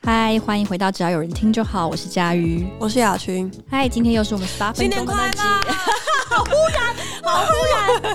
嗨，欢迎回到只要有人听就好，我是佳瑜。我是雅群， 嗨，今天又是我们十八分新钟年的快那乐集。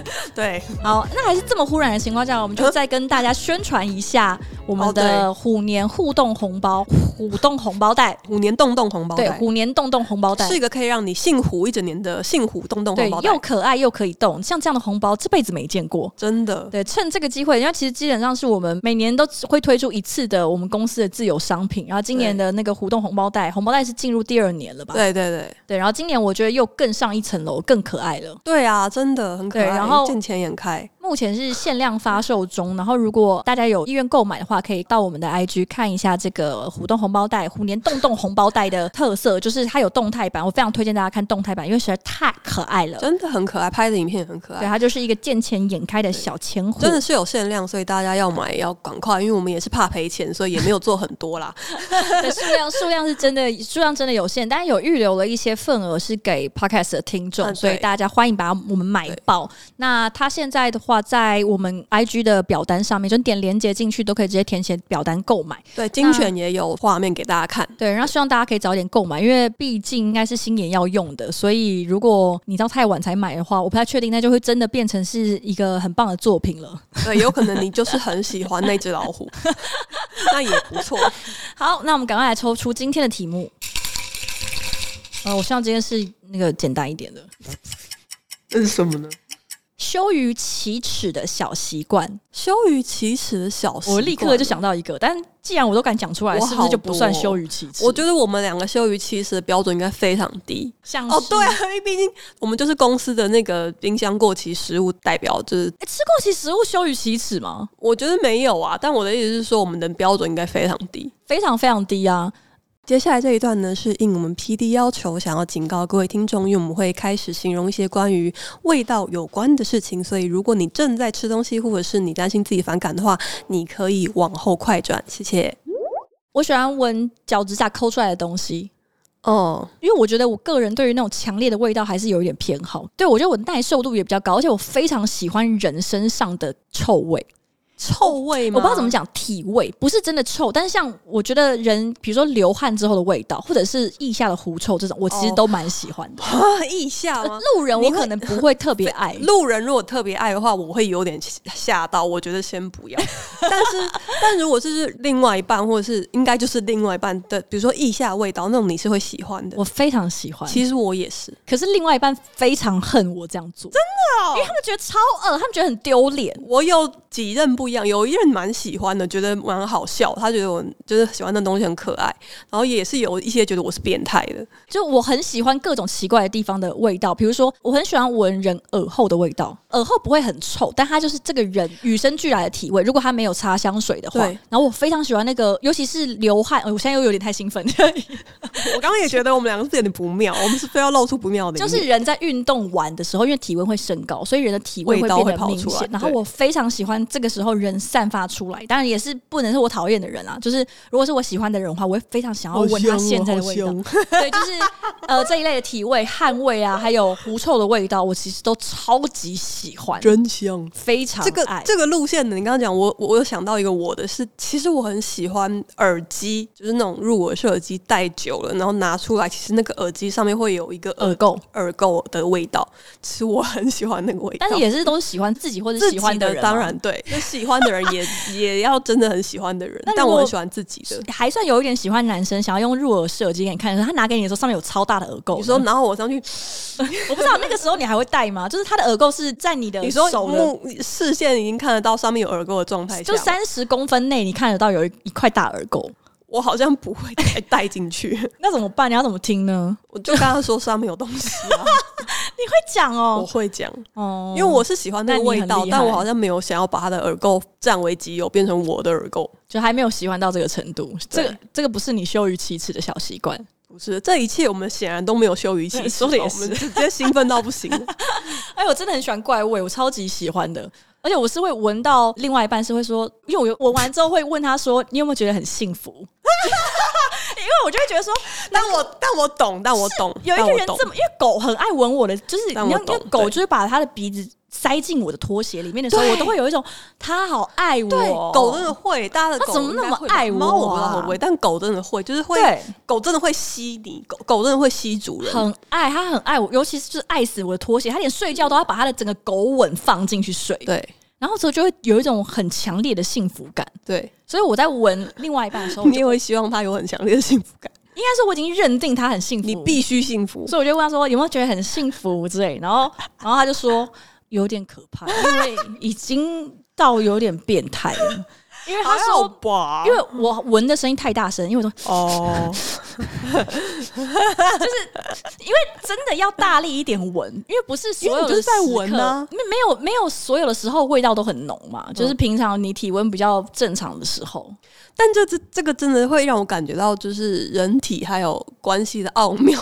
对，好，那还是这么忽然的情况下，我们就再跟大家宣传一下我们哦的虎年互动红包，虎动红包袋，虎年洞洞红包对，袋虎年洞洞红包袋哦是。一个可以让你幸福一整年的幸福洞洞对红包，袋又，可爱又可以动，像这样的红包这辈子没见过。真的对，趁这个机会，因为其实基本上是我们每年都只会推出一次的我们公司的自有商品，然后今年的那个互动红包袋，红包袋是进入第二年了吧？对对对对，然后今年我觉得又更上一层楼，更可爱了。对啊，真的很可爱，对然后见钱眼开，目前是限量发售中，然后如果大家有意愿购买的话，可以到我们的 IG 看一下这个虎洞红包袋、虎年洞洞红包袋的特色，就是它有动态版，我非常推荐大家看动态版，因为实在太可爱了。真的很可爱，拍的影片也很可对，啊爱。它就是一个见钱眼开的小钱虎真。的是有限量，所以大家要买要赶快，因为我们也是怕赔钱，所以也没有做很 多啦。 对，数量数量是真的，数量真的有限，但是有预留了一些份额是给 podcast 的听众，嗯所以对大家欢迎把我们买爆。那它现在的话，在我们 IG 的表单上面，就点连接进去都可以直接填写表单购买。对，精选也有画面给大家看，对，然后希望大家可以早点购买，因为毕竟应该是新年要用的，所以如果你到太晚才买的话，我不太确定，那就会真的变成是一个很棒的作品了。对，有可能你就是很喜欢那只 老虎，那也不错。好，那我们赶快来抽出今天的题目。呃，我希望今天是那个简单一点的，这是什么呢？羞于启齿的小习惯。羞于启齿的小习我立刻惯就想到一个，但既然我都敢讲出来，我是不是就好不算多哦羞于启齿？我觉得我们两个羞于启齿的标准应该非常低。像哦，是对啊，因为毕竟我们就是公司的那个冰箱过期食物代表，就是诶吃过期食物羞于启齿吗？我觉得没有啊。但我的意思是说，我们的标准应该非常低。非常非常低啊！接下来这一段呢，是应我们 P D 要求，想要警告各位听众，因为我们会开始形容一些关于味道有关的事情，所以如果你正在吃东西，或者是你担心自己反感的话，你可以往后快转，谢谢。我喜欢闻脚趾甲抠出来的东西，哦，因为我觉得我个人对于那种强烈的味道还是有一点偏好。对我觉得我耐受度也比较高，而且我非常喜欢人身上的臭味。臭味我吗？不知道 怎么讲体味，不是真的臭，但是像我觉得人，比如说流汗之后的味道，或者是腋下的狐臭这种，我其实哦都蛮喜欢的。啊，意下吗？，路人我可能不会特别爱路人如果特别爱的话，我会有点吓到，我觉得先不要。 但是，但如果是另外一半，或者是应该就是另外一半的，比如说腋下味道那种，你是会喜欢的。我非常喜欢。其实我也是，可是另外一半非常恨我这样做，真的、因为他们觉得超恶，他们觉得很丢脸。我有几任不一样，有一任蛮喜欢的，觉得蛮好笑，他觉得我就是喜欢那东西很可爱，然后也是有一些觉得我是变态 的。就我很喜欢各种奇怪的地方的味道，比如说我很喜欢闻人耳后的味道，耳后不会很臭，但它就是这个人与生俱来的体味。如果他没有擦香水的话，对然后我非常喜欢那个，尤其是流汗，呃我现在又有点太兴奋，我刚刚也觉得我们两个是有点不妙，我们是非要露出不妙的一就面，是人在运动完的时候，因为体温会升高，所以人的体温味会道变会得跑明出来显。然后对我非常喜欢这个时候人散发出来，当然也是不能是我讨厌的人啊，就是如果是我喜欢的人的话，我会非常想要闻他现在的味哦道。对，就是呃这一类的体味、汗味啊，还有狐臭的味道，我其实都超级喜欢，真香。非常这个爱。这个路线的，你刚刚讲，我我我有想到一个我的是，其实我很喜欢耳机，就是那种入耳式耳机戴久了，然后拿出来，其实那个耳机上面会有一个耳耳垢，耳垢的味道，其实我很喜欢那个味道。但是也是都是喜欢自己或者自喜己欢的人嘛，当然对，就喜欢的人也 也要真的很喜欢的人那，如但果我很喜欢自己的。还算有一点喜欢男生，想要用入耳式耳机给你看的时候，他拿给你的时候，上面有超大的耳垢呢。你说，然后我上去，我不知道那个时候你还会戴吗？就是他的耳垢是在你的你说手的，目视线已经看得到上面有耳垢的状态下就吗，三十公分内你看得到有一一块大耳垢，我好像不会再带进 去，那怎么办？你要怎么听呢？我就跟他说上面有东西啊，你会讲 我哦，会讲。哦因为我是喜欢那个味那你道很，厉害但我好像没有想要把他的耳垢占为己有，变成我的耳垢。就还没有喜欢到这个程度，这对个这个不是你羞于启齿的小习惯。不是，这一切我们显然都没有羞于启齿，说得也我们直接兴奋到 不行。哎，我真的很喜欢怪味，我超级喜欢的。而且我是会闻到另外一半是会说，因为我有闻完之后会问他说，你有没有觉得很幸福？ 因为我就会觉得说，但我但我懂，但我懂，有一但个我人懂这么，因为狗很爱闻我的，就是但你我要因为懂狗对就是把它的鼻子塞进我的拖鞋里面的时候，对我都会有一种它好爱我。哦对，狗真的会，大家的它狗怎么那应该么会吧爱我猫我不知道啊会不会，但狗真的会，就是会，对狗真的会吸你，狗狗真的会吸主人，很爱它，很爱我，尤其是就是爱死我的拖鞋，它连睡觉都要把它的整个狗吻放进去睡，对然后之后就会有一种很强烈的幸福感。对，所以我在闻另外一半的时候，我你就也会希望它有很强烈的幸福感，应该是我已经认定他很幸福，你必须幸福，所以我就问他说有没有觉得很幸福之类，然后 然后他就说有点可怕，因为已经到有点变态了，因为他还好说。吧因为我闻的声音太大声，因为我说，哦，因为真的要大力一点闻，因为不是所有因为你就的是在时刻闻啊嗯没没有没有所有的时候味道都很浓嘛，就是平常你体温比较正常的时候，但这这这个真的会让我感觉到，就是人体还有关系的奥妙。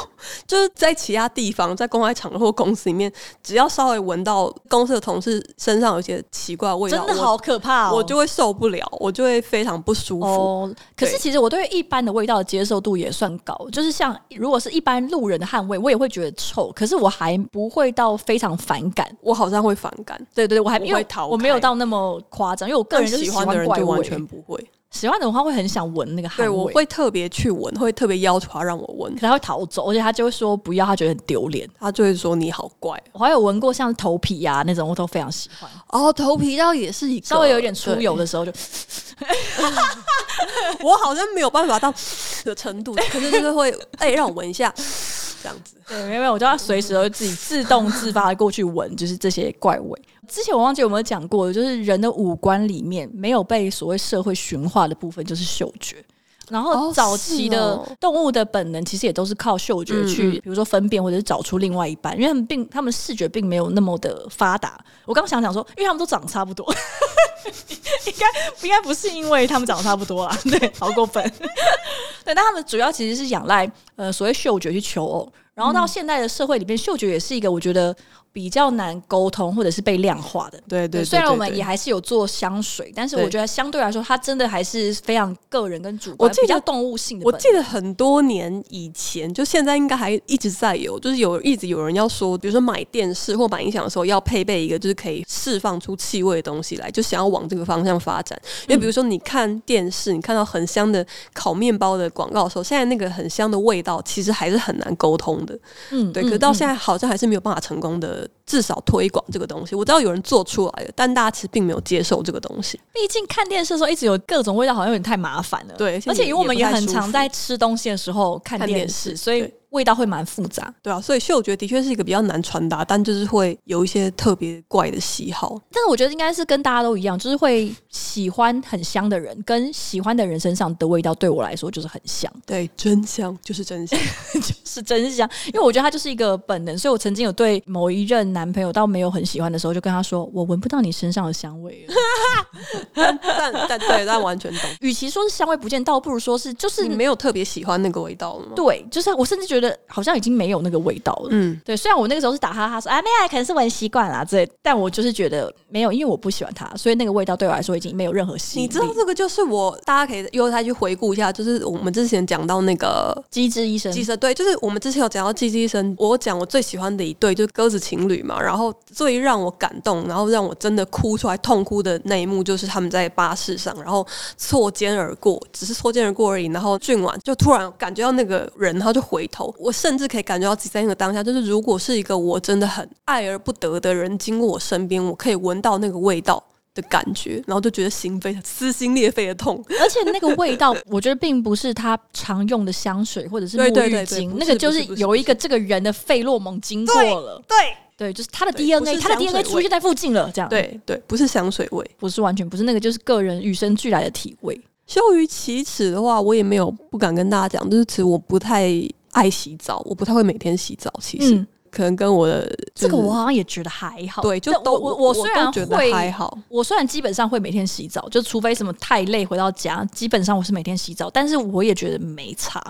就是在其他地方，在公开场合或公司里面，只要稍微闻到公司的同事身上有一些奇怪的味道，真的好可怕、哦，我，我就会受不了，我就会非常不舒服。哦，可是对其实我对一般的味道的接受度也算高，就是像如果是一般路人的汗味，我也会觉得臭，可是我还不会到非常反感。我好像会反感，对对对，我还我因为会逃我没有开到那么夸张，因为我个人但就是喜欢欢的人怪就完味全不会。喜欢的话会很想闻那个汗对，味，我，会特别去闻，会特别要求他让我闻可，他会逃走，而且他就会说不要，他觉得很丢脸。他就会说你好怪我还有闻过像头皮呀、那种，我都非常喜欢，哦。头皮倒也是一个稍微有点出油的时候就对， 我好像没有办法到 的程 度，可是就是会哎、让我闻一下 这样子。对，没有没有，我就要随时都自己自动自发的过去闻，就是这些怪味。之前我忘记有没有讲过，就是人的五官里面没有被所谓社会驯化的部分就是嗅觉。然后哦早期是的哦动物的本能其实也都是靠嗅嗯觉去，比如说分辨或者是找出另外一半，因为他们并他们视觉并没有那么的发达。我刚想想说，因为他们都长得差不多， 应该应该不是因为他们长得差不多啦， 对，好过分。对，但他们主要其实是仰赖呃所谓嗅觉去求偶，然后到现代的社会里面，嗅觉也是一个我觉得比较难沟通或者是被量化的。对对，虽然对我们对也还是有做香水，但是对我觉得相对来说，它真的还是非常个人跟主观，我记比得较动物性的我本记能。得很多年以前，就现在应该还一直在有，就是有一直有人要说，比如说买电视或买音响的时候，要配备一个就是可以释放出气味的东西来，就想要往这个方向发展。因为比如说你看电视，你看到很香的烤面包的广告的时候，现在那个很香的味道其实还是很难沟通的。嗯对，可是到现在，在好像还是没有办法成功的，至少推广这个东西。我知道有人做出来了，但大家其实并没有接受这个东西。毕竟看电视的时候一直有各种味道，好像有点太麻烦了。嗯对而且而且也因为我也们不也太很舒常服在吃东西的时候看看电电视，视所以对味道会蛮复杂。对啊，所以嗅觉的确是一个比较难传达，但就是会有一些特别怪的喜好。但是我觉得应该是跟大家都一样，就是会喜欢很香的人，跟喜欢的人身上的味道，对我来说就是很香，对，真香就是真 香。是真香。因为我觉得他就是一个本能，所以我曾经有对某一任男朋友到没有很喜欢的时候，就跟他说：“我闻不到你身上的香味了。但但对，但完全懂。”与其说是香味不见，倒不如说是就是你没有特别喜欢那个味道了吗？对，就是我甚至觉得好像已经没有那个味道了。嗯，对，虽然我那个时候是打哈哈说啊，没有，可能是闻习惯啦之类的，但我就是觉得没有，因为我不喜欢它，所以那个味道对我来说已经没有任何吸你引力知。道这个就是我，大家可以由他去回顾一下，就是我们之前讲到那个机智医生，寄生，对，就是我们之前有讲到寄寄生，我讲我最喜欢的一对就是鸽子情侣嘛，然后最让我感动，然后让我真的哭出来痛哭的那一幕，就是他们在巴士上，然后错肩而过，只是错肩而过而已，然后俊婉就突然感觉到那个人，然后就回头，我甚至可以感觉到自己在那个当下，就是如果是一个我真的很爱而不得的人经过我身边，我可以闻到那个味道。的感觉，然后就觉得心扉撕心裂肺的痛，而且那个味道，我觉得并不是他常用的香水或者是沐对浴巾，对对对不那个是就不是是不是有一个这个人的费洛蒙经过了，对对，就是他的对 DNA，不是他的香水 DNA 出现在附近了，这样，，对对，不是香水味。不是完全不是那个，就是个人与生俱来的体味。羞于启齿的话，我也没有不敢跟大家讲，就是其实我不太爱洗澡，我不太会每天洗澡。其实、嗯，可能跟我的、这个就是我好像也觉得还好，对，就但都我我我虽然都觉得会还好，我虽然基本上会每天洗澡，就除非什么太累回到家，基本上我是每天洗澡，但是我也觉得没差。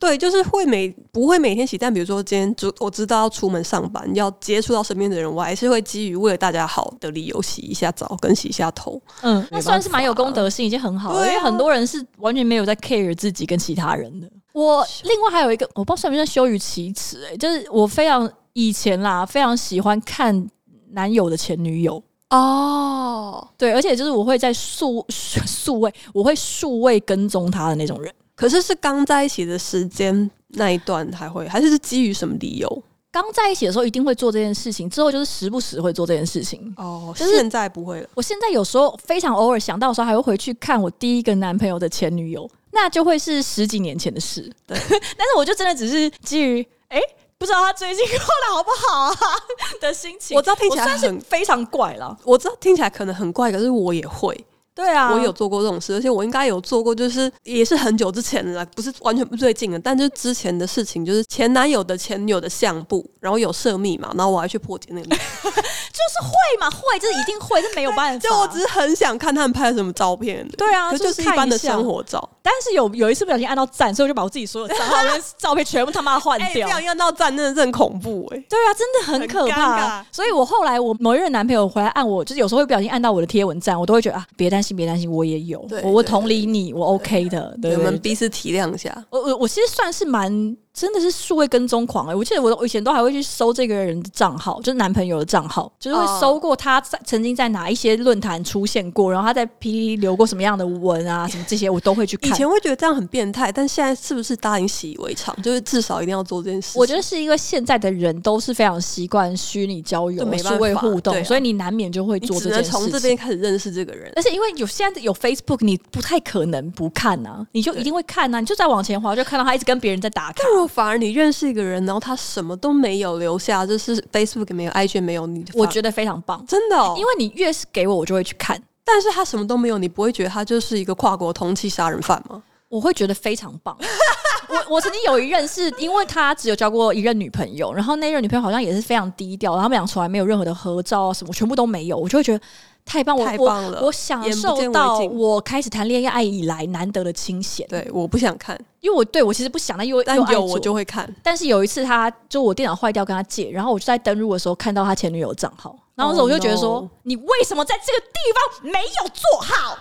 对，就是会每不会每天洗，但比如说今天就我知道要出门上班，要接触到身边的人，我还是会基于为了大家好的理由洗一下澡跟洗一下头。嗯，那没算办是蛮有公德心，已经很好了。对啊因为很多人是完全没有在 care 自己跟其他人的。我另外还有一个，我不知道算不算羞于启齿、欸，就是我非常以前啦，非常喜欢看男友的前女友。哦，对，而且就是我会在数 数数位，我会数位跟踪他的那种人。可是是刚在一起的时间那一段还会，还是是基于什么理由？刚在一起的时候一定会做这件事情，之后就是时不时会做这件事情。哦，就是现在不会了。我现在有时候非常偶尔想到的时候，还会回去看我第一个男朋友的前女友，那就会是十几年前的事。对 但是我就真的只是基于哎、诶不知道他最近过得好不好啊的心情。我知道听起来我算是很非常怪了。我知道听起来可能很怪，可是我也会，对啊，我有做过这种事，而且我应该有做过，就是也是很久之前了，不是完全不最近了，但就是之前的事情，就是前男友的前女友的相簿，然后有设密码，然后我还去破解那个密码，就是会嘛，会这一定会，这没有 办法。啊就我只是很想看他们拍了什么照片，对啊可是就就是是一看一般的下生活照。但是有有一次不小心按到赞，所以我就把我自己所有账号跟照片全部他妈换哎、这掉。样要闹战真的是很恐怖哎、对啊，真的很可怕很尴尬。所以我后来我某一任男朋友回来按我，就是有时候会不小心按到我的贴文赞，我都会觉得啊，别担心，别担心，我也有对，我我对同理你，我 OK 的。对，我对们对彼此体谅一下。我我我其实算是蛮真的是数位跟踪狂哎、我记得我我以前都还会去搜这个人的账号，就是男朋友的账号，就是哦会搜过他在曾经在哪一些论坛出现过，然后他在 PPT 留过什么样的文啊，什么这些我都会去以看。前会觉得这样很变态，但现在是不是大家已经习以为常？就是至少一定要做这件事情。我觉得是因为现在的人都是非常习惯虚拟交友这、没办法数位互动，对啊所以你难免就会你做只这件能事从情这边。开始认识这个人。但是因为有现在有 Facebook，你不太可能不看呐、你就一定会看啊呐、你就再往前滑，就看到他一直跟别人在打 卡但。如果反而你认识一个人，然后他什么都没有留下，就是 Facebook 没有，IG 没有，你我得觉得非常棒，真的、哦，因为你越是给我，我就会去看，但是他什么都没有，你不会觉得他就是一个跨国通缉杀人犯吗？我会觉得非常棒。 我我曾经有一任是因为他只有交过一任女朋友，然后那任女朋友好像也是非常低调，然后他们俩从来没有任何的合照啊什么，全部都没有，我就会觉得太棒，我太棒了我我享眼不受见为到净我开始谈恋爱以来难得的清闲。，对，我不想看，因为我对我其实不想，但又但又爱有做我就会看。但是有一次他，就我电脑坏掉，跟他借，然后我就在登录的时候看到他前女友的账号，然后那时候我就觉得说 Oh no 你为什么在这个地方没有做好？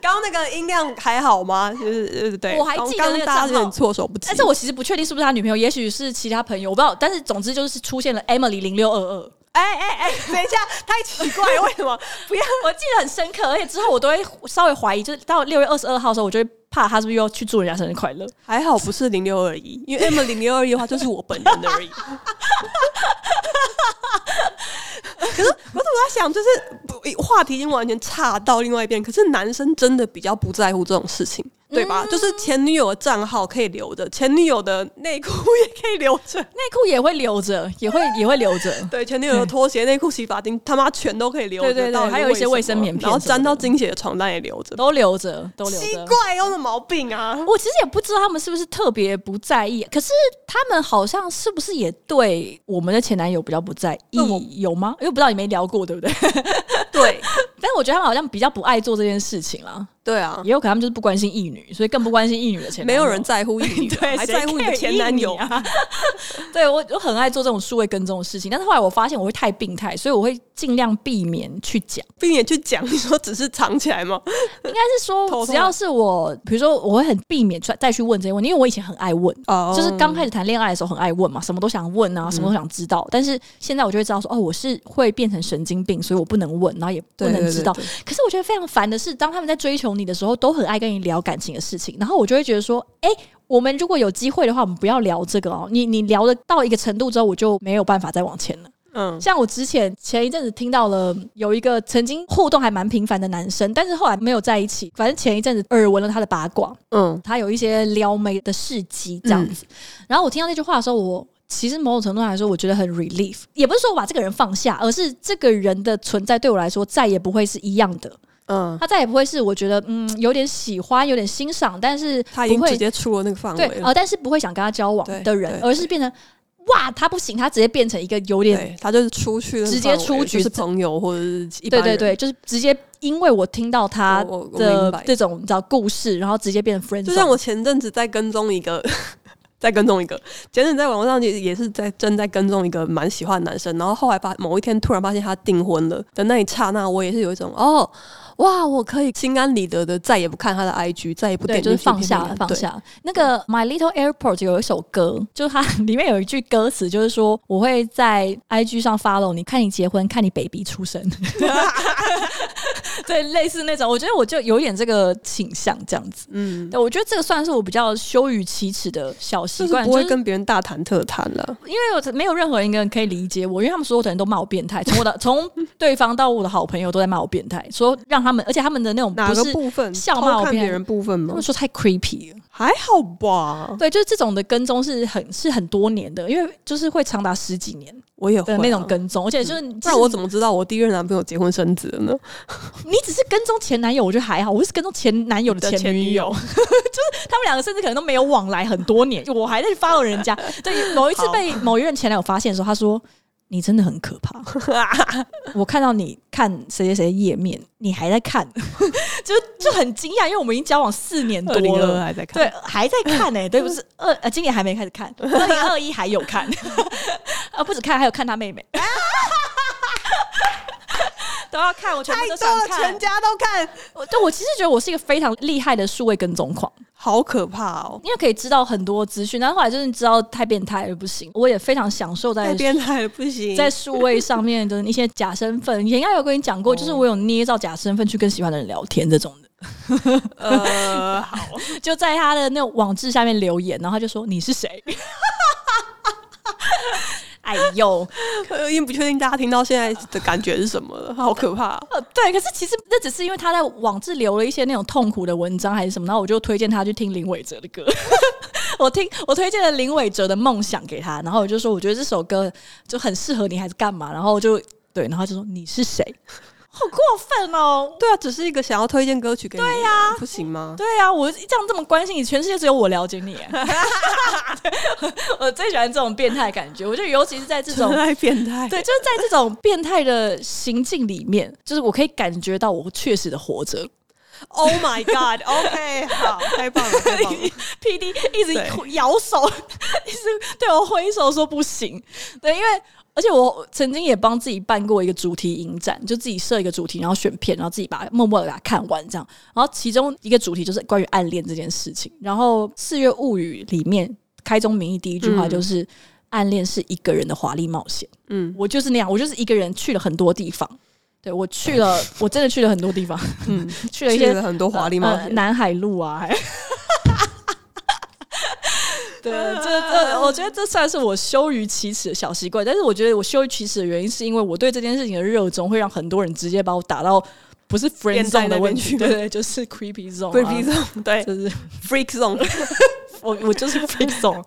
刚刚那个音量还好吗？就是呃对，我还记得那个刚刚大账家号有点措手不及。但是我其实不确定是不是他女朋友，也许是其他朋友，我不知道。但是总之就是出现了 Emily 零六二二， 哎哎哎，等一下，太奇怪 了，为什么？不要，我记得很深刻，而且之后我都会稍微怀疑，就是到六月二十二号的时候，我就会怕他是不是又去祝人家生日快乐。还好不是零六二一，因为 M 零六二一的话就是我本人而已。 可是我怎么在想，就是不话题已经完全岔到另外一边。可是男生真的比较不在乎这种事情，对吧？就是前女友的账号可以留着，前女友的内裤也可以留着， 内裤也会留着，也会也会留着。对，前女友的拖鞋、内裤、洗发精，他妈全都可以留着。对对对到底是还有一些为卫什生么棉片然后什么的沾到精血的床单也留着。都留着，都留奇着。怪，有什么毛病啊？我其实也不知道他们是不是特别不在意，可是他们好像是不是也对我们的前男友比较不在那我意？有吗？因为不知道你没聊过，对不对？ 对但我觉得他们好像比较不爱做这件事情啦， 对啊，也有可能他们就是不关心义女，所以更不关心义女的前男没友有人在乎你，啊 对，还谁在乎你的 care 前男友你。啊。 对我，我很爱做这种数位跟踪的事情，但是后来我发现我会太病态，所以我会尽量避免去讲。避免去讲，你说只是藏起来吗？应该是偷说，偷只要是我，比如说我会很避免再再去问这些问题，因为我以前很爱问。哦 就是刚开始谈恋爱的时候很爱问嘛，什么都想问啊，什么都想知道。嗯但是现在我就会知道说，哦，我是会变成神经病，所以我不能问，然后也不能知道。哦对对对可是我觉得非常烦的是，当他们在追求你的时候，都很爱跟你聊感情的事情，然后我就会觉得说，哎、我们如果有机会的话，我们不要聊这个哦。你你聊的到一个程度之后，我就没有办法再往前了。嗯，像我之前前一阵子听到了有一个曾经互动还蛮频繁的男生，但是后来没有在一起。反正前一阵子耳闻了他的八卦，嗯，他有一些撩妹的事迹这样子。然后我听到那句话的时候，我其实某种程度来说，我觉得很 relief，也不是说我把这个人放下，而是这个人的存在对我来说再也不会是一样的，嗯，他再也不会是我觉得嗯有点喜欢、有点欣赏，但是他已经不会直接出了那个范对围呃，了，但是不会想跟他交往对的人对，而是变成哇他不行，他直接变成一个有点对，他就是出去了那个直接范围出局就是朋友或者是一般对人对对，，就是直接因为我听到他我我我明的白这种你知道故事，然后直接变成 friend，就像 zone 我前阵子在跟踪一个。在跟踪一个，前阵子在网络上也也是在正在跟踪一个蛮喜欢的男生，然后后来发某一天突然发现他订婚了的那一刹那，我也是有一种哦，哇，我可以心安理得的再也不看他的 IG，再也不对，点就是进去放片下片了，放对下了。那个《My Little Airport》有一首歌，就是它 里面有一句歌词，就是说我会在 IG 上 follow 你，看你结婚，看你 baby 出生。 对，类似那种，我觉得我就有点这个倾向，这样子。嗯，对，我觉得这个算是我比较羞于启齿的小习就是惯，不会就是跟别人大谈特谈了。因为我没有任何一个人可以理解我，因为他们所有的人都骂我变态，从我的从对方到我的好朋友都在骂我变态，说让他们，而且他们的那种哪不个是，部分？笑偷骂我看变别人人部分他吗们？说太 creepy 了。还好吧，对，就是这种的跟踪是很是很多年的，因为就是会长达十几年我也会的啊嗯那种。跟踪，而且就是不然我怎么么知道我第一任男朋友结婚生子了呢？你只是跟踪前男友，我觉得还好，我是跟踪前男友的的前女女友，就是他们两个甚至可能都没有往来很多年，我还在 follow 人 家。对，某一次好 被某一任前男友发现的时候，他说。你真的很可怕，我看到你看谁谁谁的页面，你还在看， 就就很惊讶，因为我们已经交往四年多了，哎还在看对，还在看呢、 对，不是二呃，今年还没开始看，二零二一还有看， 啊，不止看，还有看他妹 妹，都要看，我全部都想看。家都看，我对我其实觉得我是一个非常厉害的数位跟踪狂，好可怕哦！因为可以知道很多资讯，但是后来就是知道太变态了不行，我也非常享受在太变态了，不 行。在数位上面的一些假身份。以前应该有跟你讲哦过，就是我有捏造假身份去跟喜欢的人聊天这种的。呃， 好，就在他的那种网志下面留言，然后他就说你是谁？ 哎呦，我已经不确定大家听到现在的感觉是什么了，好可怕！哦呃对，可是其实那只是因为他在网志留了一些那种痛苦的文章还是什么，然后我就推荐他去听林伟哲的歌。 我听我推荐了林伟哲的《梦想》给他，然后我就说我觉得这首歌就很适合你，还是干嘛？然后就对，然后他就说你是谁？ 好过分哦！对啊，只是一个想要推荐歌曲给你，对呀、不行 吗？对啊，我这样这么关心你，全世界只有我了解你。 哎我最喜欢这种变态感觉，我觉得尤其是在这 种真爱变态，对，就是在这种变态的行径里面，就是我可以感觉到我确实的活着。 ，Oh my God，OK，、好，太棒了，太棒了。 P D 一直对摇手， 一直对我挥手说不行。对，因为而且我曾经也帮自己办过一个主题影展，就自己设一个主题，然后选片，然后自己把默默的把它看完这样。然后其中一个主题就是关于暗恋这件事情。然后《四月物语》里面开宗明义第一句话嗯就是。暗恋是一个人的华丽冒险，嗯我就是那样，我就是一个人去了很多地方。对我去了， 我真的去了很多地方，嗯， 去了一去些了很多华丽冒呃险。南海路啊。 还对，这这，我觉得这算是我羞于启齿的小习惯。但是我觉得我羞于启齿的原因，是因为我对这件事情的热衷，会让很多人直接把我打到不是 friend 边在 zone 那的边问题，去对对，就是 creepy zone，啊、 Freak zone，对就是，freak zone，我我就是 freak zone，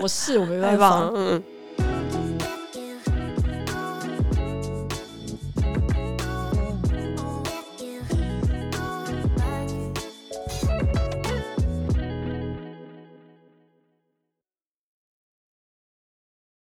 我是我没 太办法棒。了，嗯，